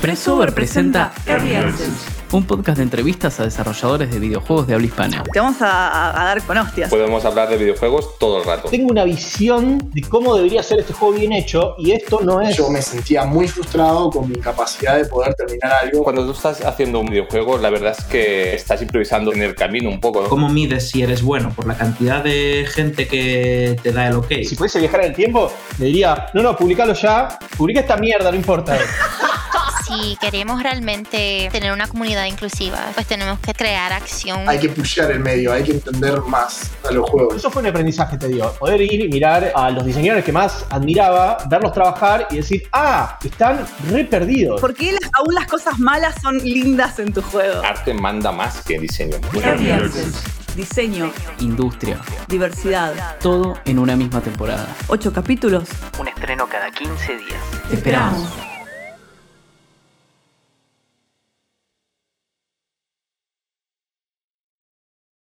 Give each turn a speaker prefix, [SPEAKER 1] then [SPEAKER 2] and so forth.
[SPEAKER 1] Presover presenta
[SPEAKER 2] Earlyaccess.
[SPEAKER 1] un podcast de entrevistas a desarrolladores de videojuegos de habla hispana.
[SPEAKER 2] Te vamos a, a- a dar con hostias.
[SPEAKER 3] Podemos hablar de videojuegos todo el rato.
[SPEAKER 4] tengo una visión de cómo debería ser este juego bien hecho y esto no es...
[SPEAKER 5] Yo me sentía muy frustrado con mi incapacidad de poder terminar algo.
[SPEAKER 3] Cuando tú estás haciendo un videojuego, la verdad es que estás improvisando en el camino un poco. ¿no?
[SPEAKER 6] ¿Cómo mides si eres bueno? Por la cantidad de gente que te da el ok.
[SPEAKER 4] Si pudiese viajar en el tiempo, le diría, no, no, publicalo ya, publica esta mierda, no importa.
[SPEAKER 7] Si queremos realmente tener una comunidad inclusiva, pues tenemos que crear acción.
[SPEAKER 5] Hay que pushear el medio, hay que entender más a los juegos.
[SPEAKER 4] Eso fue un aprendizaje que te dio, poder ir y mirar a los diseñadores que más admiraba, verlos trabajar y decir, ah, están re perdidos.
[SPEAKER 2] ¿Por qué las- aún las cosas malas son lindas en tu juego?
[SPEAKER 3] Arte manda más que diseño.
[SPEAKER 2] Diseño,
[SPEAKER 1] Industria.
[SPEAKER 2] diversidad,
[SPEAKER 1] Todo en una misma temporada.
[SPEAKER 2] ocho capítulos.
[SPEAKER 8] Un estreno cada 15 días.
[SPEAKER 1] Te esperamos.